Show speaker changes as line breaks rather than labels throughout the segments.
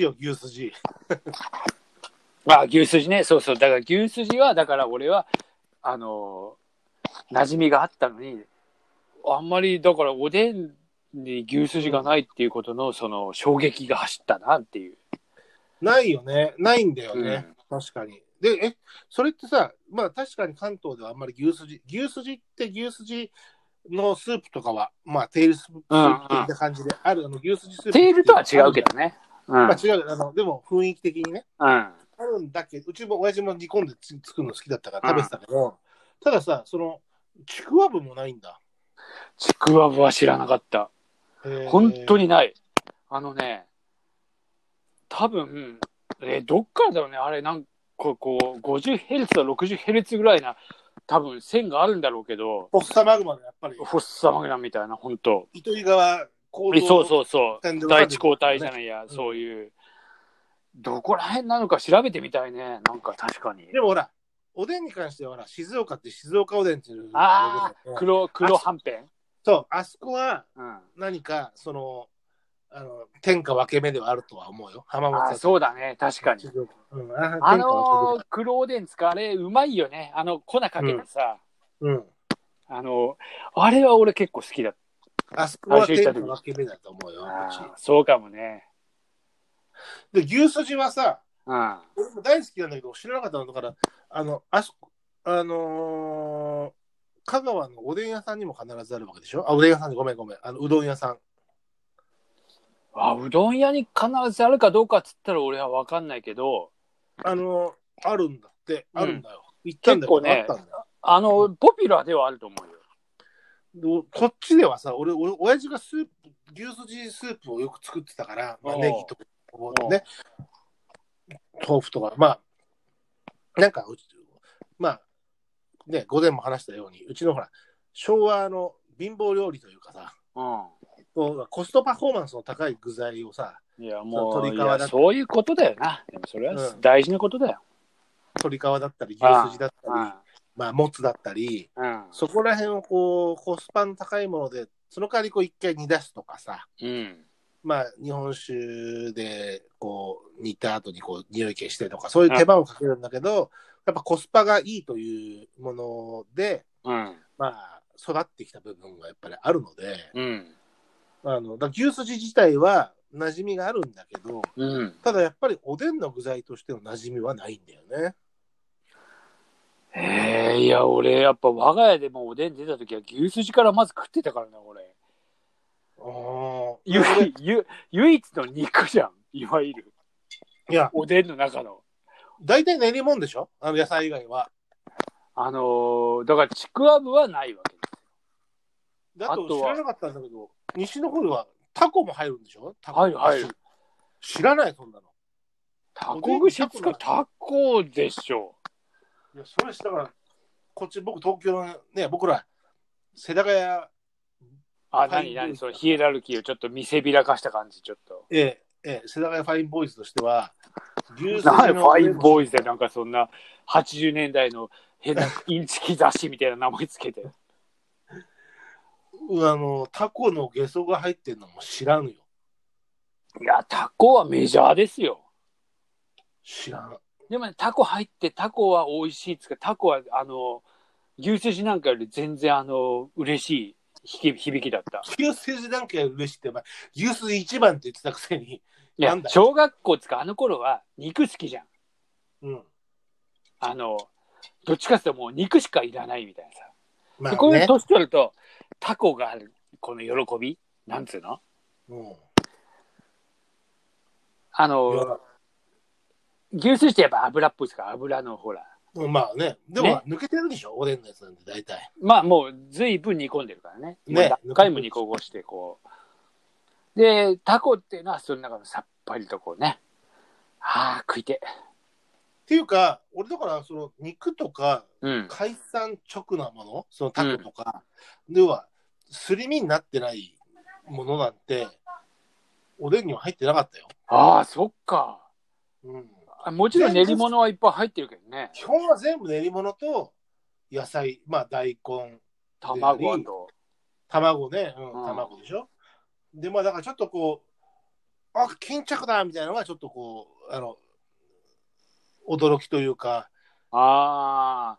よ、牛すじ。
あ、牛すじね。そうそう。だから牛すじは、だから俺は、あのー、馴染みがあったのに、あんまり、だからおでんに牛すじがないっていうことの、その、衝撃が走ったなっていう。
ないよね。ないんだよね。確かに。で、え、それってさ、まあ確かに関東ではあんまり牛すじ、牛すじって牛すじのスープとかは、まあテールスープ
うんうん
的な感じである、あの牛すじスープって
テ
い
ー
うの
ルとは違うけどね。うん。
まあ違うけど、あの、でも雰囲気的にね、
うん。
あるんだけど、うちも親父も煮込んでつ作るの好きだったから食べてたけど、たださ、その、ちくわぶもないんだ。
ちくわぶは知らなかった。本当
に。
にない。あのね、多分、えーどっからだろうね、あれ、なんかこう、50Hz と 60Hz ぐらいな、多分線があるんだろうけど、
ポッサマグマのやっぱり、
フォッサマグナみたいな、本当
糸魚川高
そうそうそ
点で
う、
わかる
第一交代じゃないや、
うん
そういう、どこら辺なのか調べてみたいね、なんか確かに。
でもほら、おでんに関してはほら、静岡って静岡おでんっていう。
ああ、
うん
黒、黒はんぺん。
そう、あそこは
うん、
何か、その、あの天下分け目ではあるとは思うよ。浜松
あ
だ
ー
と
そうだね、確かに。
静岡うん、あ
あ
あの
のー黒おでん使われ、うまいよね、あの粉かけてさ。
うん。
あの、あれは俺結構好きだっ
あそこは天下分け目だと思うよ。
た
私
な。そうかもね。
で、牛すじはさ、
うん。
俺も大好きなんだけど、知らなかったのだから、あの、あそこ、あのー香川のおでん屋さんにも必ずあるわけでしょあ、おでん屋さんにごめんごめん。あの、うどん屋さん。
あ、うどん屋に必ずあるかどうかっつったら俺は分かんないけど、
あのーあるんだって、
うん
あるんだよ。行ったんだけど、
結構ね
あったんだよ
あの、ポピュラーではあると思うよ。
でおこっちではさ、俺、俺、親父がスープ、牛すじスープをよく作ってたから、まあ、
おう
ネギとか、こうね、豆腐とか、まあ、なんか、うちまあ、ね、午前も話したように、うちのほら、昭和の貧乏料理というかさ、こうコストパフォーマンスの高い具材をさ、
うん。いや、もう、
鳥
い
皮だ
やそういうことだよな。でもそれは
うん
大事なことだよ。
鶏皮だったり、牛すじだったり、
うん。
まあ、もつだったり、
うん。
そこら辺をこう、コスパの高いもので、その代わりこう、一回煮出すとかさ、
うん。
まあ、日本酒で、こう、煮た後にこう、匂い消してとか、そういう手間をかけるんだけど、やっぱコスパがいいというもので、
うん。
まあ、育ってきた部分がやっぱりあるので、
うん。
あの、だから牛すじ自体は馴染みがあるんだけど、
うん。
ただやっぱりおでんの具材としての馴染みはないんだよね。
えー、いや、俺、やっぱ我が家でもおでん出た時は牛すじからまず食ってたからな、俺。
あ
ゆ、ゆ、唯一の肉じゃん。いわゆる。
いや、
おでんの中の。
大体練り物でしょあの野菜以外は。
あのーだからちくわぶはないわけです。
だ
あ
と
と
知
は
らなかったんだけど、西の方ではタコも入るんでしょタコ。
はいはい。
知らない、そんなの。
タコ串つかタコでしょ
いや、それしたから、こっち僕、東京のね、僕ら、世田谷、
あ、
は
ないになにそのヒエラルキーをちょっと見せびらかした感じ、ちょっと。
ええ、ええ、世田谷ファインボーイズとしては、牛すじ
なんでフ
の
ァインボーイズでなんかそんな80年代の変 なインチキ雑誌みたいな名前つけて。
うんあの、タコのゲソが入ってるのも知らぬよ。
いや、タコはメジャーですよ。
知らん。
でもね、タコ入ってタコは美味しいっつうか、タコはあの、牛すじなんかより全然あの、嬉しい響き響きだった。
牛すじなんかより嬉しいって、お前、牛すじ一番って言ってたくせに、
いや
なん、だよ
小学校っつうかあの頃は肉好きじゃん。
うん。
あの、どっちかっていうともう肉しかいらないみたいなさ。
ま
でこういう年取ると、タコがある、この喜びなんつうの
うん
あ
いや
の、牛すじってやっぱ油っぽいですから、油のほら。
うんまあね、でも、
ね
抜けてるでしょ、おでんのやつなんて大体。
まあもう随分煮込んでるからね。
ね
何回も煮こごして、こう。で、タコっていうのはその中のさっぱりとこうね。ああ、食いてえ。
っていうか、俺だから、その肉とか
うん。
海産直なもの、そのタコとか、要は、すり身になってないものなんて、おでんには入ってなかったよ。
ああ、そっか。
うん、
あもちろん練り物はいっぱい入ってるけどね。
基本は全部練り物と、野菜、まあ大根、
卵と。
卵ね、うん
うん
卵でしょ。で、まあだからちょっとこあ巾着だみたいなのがちょっとこうあの驚きというか、
ああ、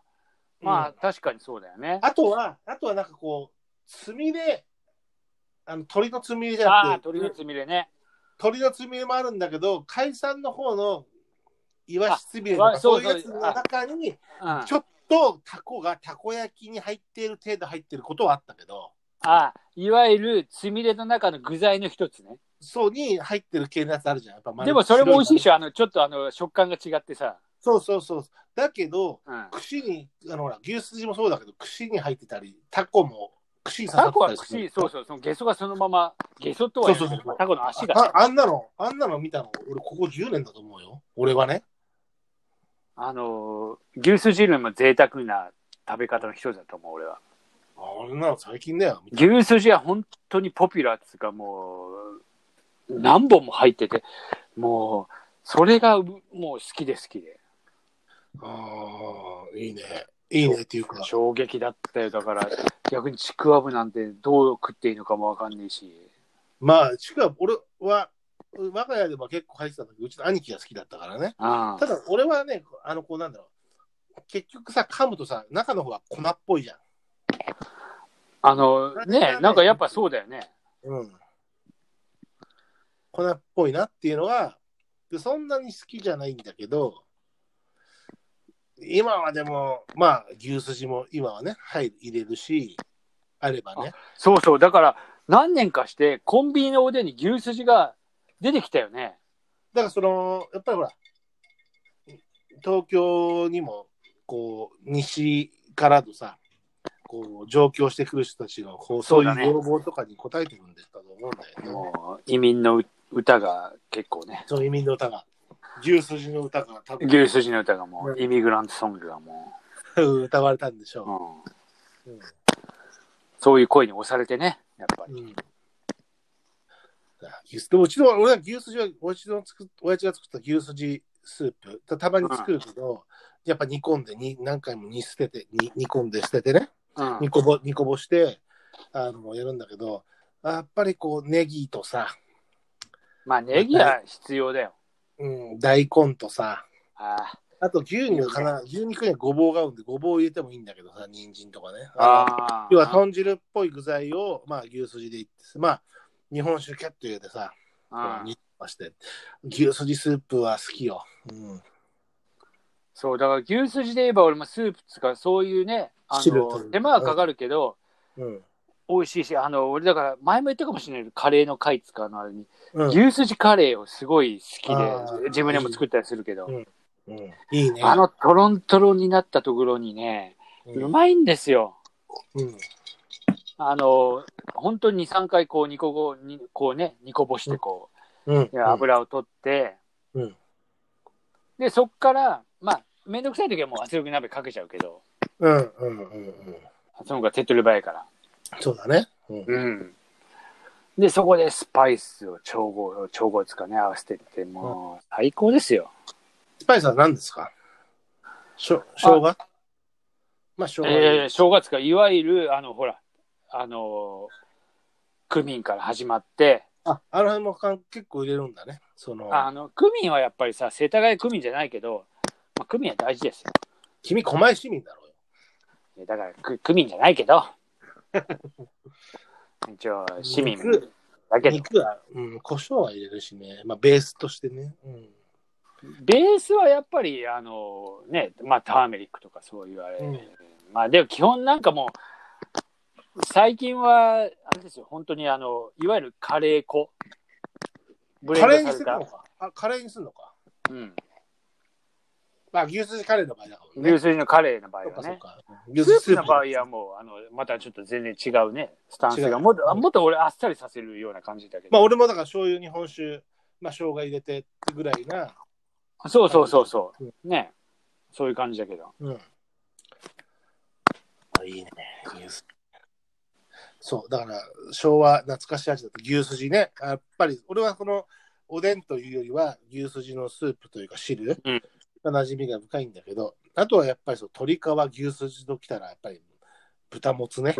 まあ、
うん
確かにそうだよね。
あとはあとはなんかこうつみれあの鳥のつみれじゃ
あ
な
あ、
くて
鳥のつみれね。
鳥のつみれもあるんだけど海産の方のイワシつみれと
あ
かそ
そ
うう
そう
いうやつの中に
うん、あ
ちょっとタコがたこ焼きに入っている程度入ってることはあったけど
あ、いわゆるつみれの中の具材の一つね。
そうに入ってる系のやつあるじゃんやっぱ丸
でもそれも美味しいで
ょ
しょ。あの、ちょっとあの、食感が違ってさ。
そうそうそうだけど
うん。
串にあのほら牛すじもそうだけど串に入ってたりタコも串に刺さ
タ
ってた
コは
りす
串、
る
そうそう、そのゲソがそのまま、ゲソとは言わない
そうそうそう
タコの足がね、
ああんなのあんなの見たの俺ここ10年だと思うよ俺はね
あのー、牛すじよりも贅沢な食べ方の一つだと思う、俺は。
あんなの最近だよみたい
牛すじは本当にポピュラーっつうか、もう、何本も入ってて、もう、それがう、もう好きで好きで。
なあーいいねいいねっていうか
衝撃だったよ。だから、逆にちくわぶなんてどう食っていいのかもわかんないし。
まあ、ちくわ、俺は、我が家でも結構入ってたんだけど、うちの兄貴が好きだったからね。
あ
ただ、俺はね、あの、こうなんだろう。結局さ、噛むとさ、中の方が粉っぽいじゃん。
あの、ね、なんかやっぱそうだよね。
うん。粉っぽいなっていうのは、でそんなに好きじゃないんだけど、今はでも、まあ、牛すじも今はね、入る入れるし、あればね。
そうそう。だから、何年かして、コンビニのおでんに牛すじが出てきたよね。
だからその、やっぱりほら、東京にも、こう、西からとさ、こう、上京してくる人たちの、こう、
そ
そううい
だね
う要望とかに応えてるんだと思うんだよね。
もう、移民のう歌が結構ね。
その移民の歌が、牛すじの歌が多分
牛すじの歌がもう、イミグラントソングがも
歌われたんでし
う、う
ょ
ん
う。うん
そういう声に押されてね、やっぱり。
うん牛でもうちの俺は牛すじは親父の作っ親父が作った牛すじスープたたまに作るけど、やっぱ煮込んでに何回も煮捨てて煮煮込んで捨ててね
うん
煮こぼ煮こぼしてあのやるんだけどやっぱりこうネギとさ、
まあ、ネギは必要だよ。
うん、大根とさ
あ
あと牛乳かな牛肉にはごぼうが合うんでごぼうを入れてもいいんだけどさ人参とかね
あ。ああ
要は豚汁っぽい具材を、まあ、牛すじでいってまあ日本酒キャッと入れてさ
うん
煮まして牛すじスープは好きよ、うん、
そう、だから牛すじで言えば俺もスープつか、そういうね、あ
汁
の
とる
手間はかかるけど、
うん
美味しいし、あの、俺だから前も言ったかもしれないけど、カレーの回つかのあれに、
うん
牛すじカレーをすごい好き
あー
で、自分でも作ったりするけど、
うんうん、いいね
あのトロントロになったところにね、
う
うんまいんですよ。
うん
あの、本当に2、3回こう、煮こご、にこうね、煮こぼしてこ
うん
う、で油を取って、
うん
で、そっから、まあ、めんどくさい時はもう圧力鍋かけちゃうけど、
うんうんうんうん
その方が手っ取り早いから。
そうだね、うん、
うん。で、そこでスパイスを調合、調合ですかね、合わせてって、もう、最高ですよ。
スパイスは何ですかしょ生姜まあ生姜、
えー、正月か、いわゆる、あの、ほら、あのクミンから始まって、
ああの辺もかん結構入れるんだねその
あの、クミンはやっぱりさ、世田谷クミンじゃないけど、まあ、クミンは大事ですよ。
君狛江市民だろうよ
えだからク、クミンじゃない けど、一応、市民
肉
だけど、
肉は、うん、胡椒は入れるしね、まあ、ベースとしてね、うん
ベースはやっぱり、あのね、まあ、ターメリックとかそういうあれ、
うん
まあ、でも基本なんかもう、最近は、あれですよ、本当にあの、いわゆるカレー粉。ブ
カレーにする
た
のかあカレーにするのか
うん。
まあ牛すじカレーの場合だからね
流水のカレーの場合
そうか
は
そう
ね。
か
ス
牛すじ
ー
スー
プ
プ
の場合はもう、あの、またちょっと全然違うね、スタンス
違
が。
う
もっと、あもっと俺、あっさりさせるような感じだけど。
まあ俺もだから醤油日本酒まあ生姜入れてってぐらいな、
そうそうそうそうう。ね。そういう感じだけど。
うん、あいいね牛すそうだから昭和懐かしい味だと牛すじねやっぱり俺はこのおでんというよりは牛すじのスープというか汁
うん
が馴染みが深いんだけど、あとはやっぱりそう鶏皮牛すじときたらやっぱり豚もつね。